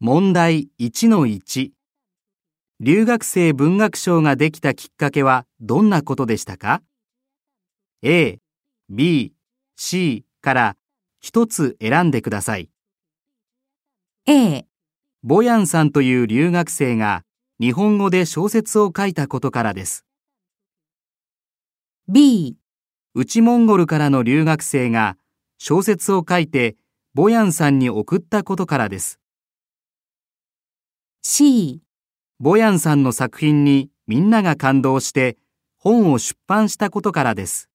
問題1-1留学生文学賞ができたきっかけはどんなことでしたか ?A、B、C から一つ選んでください。 A、ボヤンさんという留学生が日本語で小説を書いたことからです。 B、内モンゴルからの留学生が小説を書いてボヤンさんに送ったことからです。 C、ボヤンさんの作品にみんなが感動して本を出版したことからです。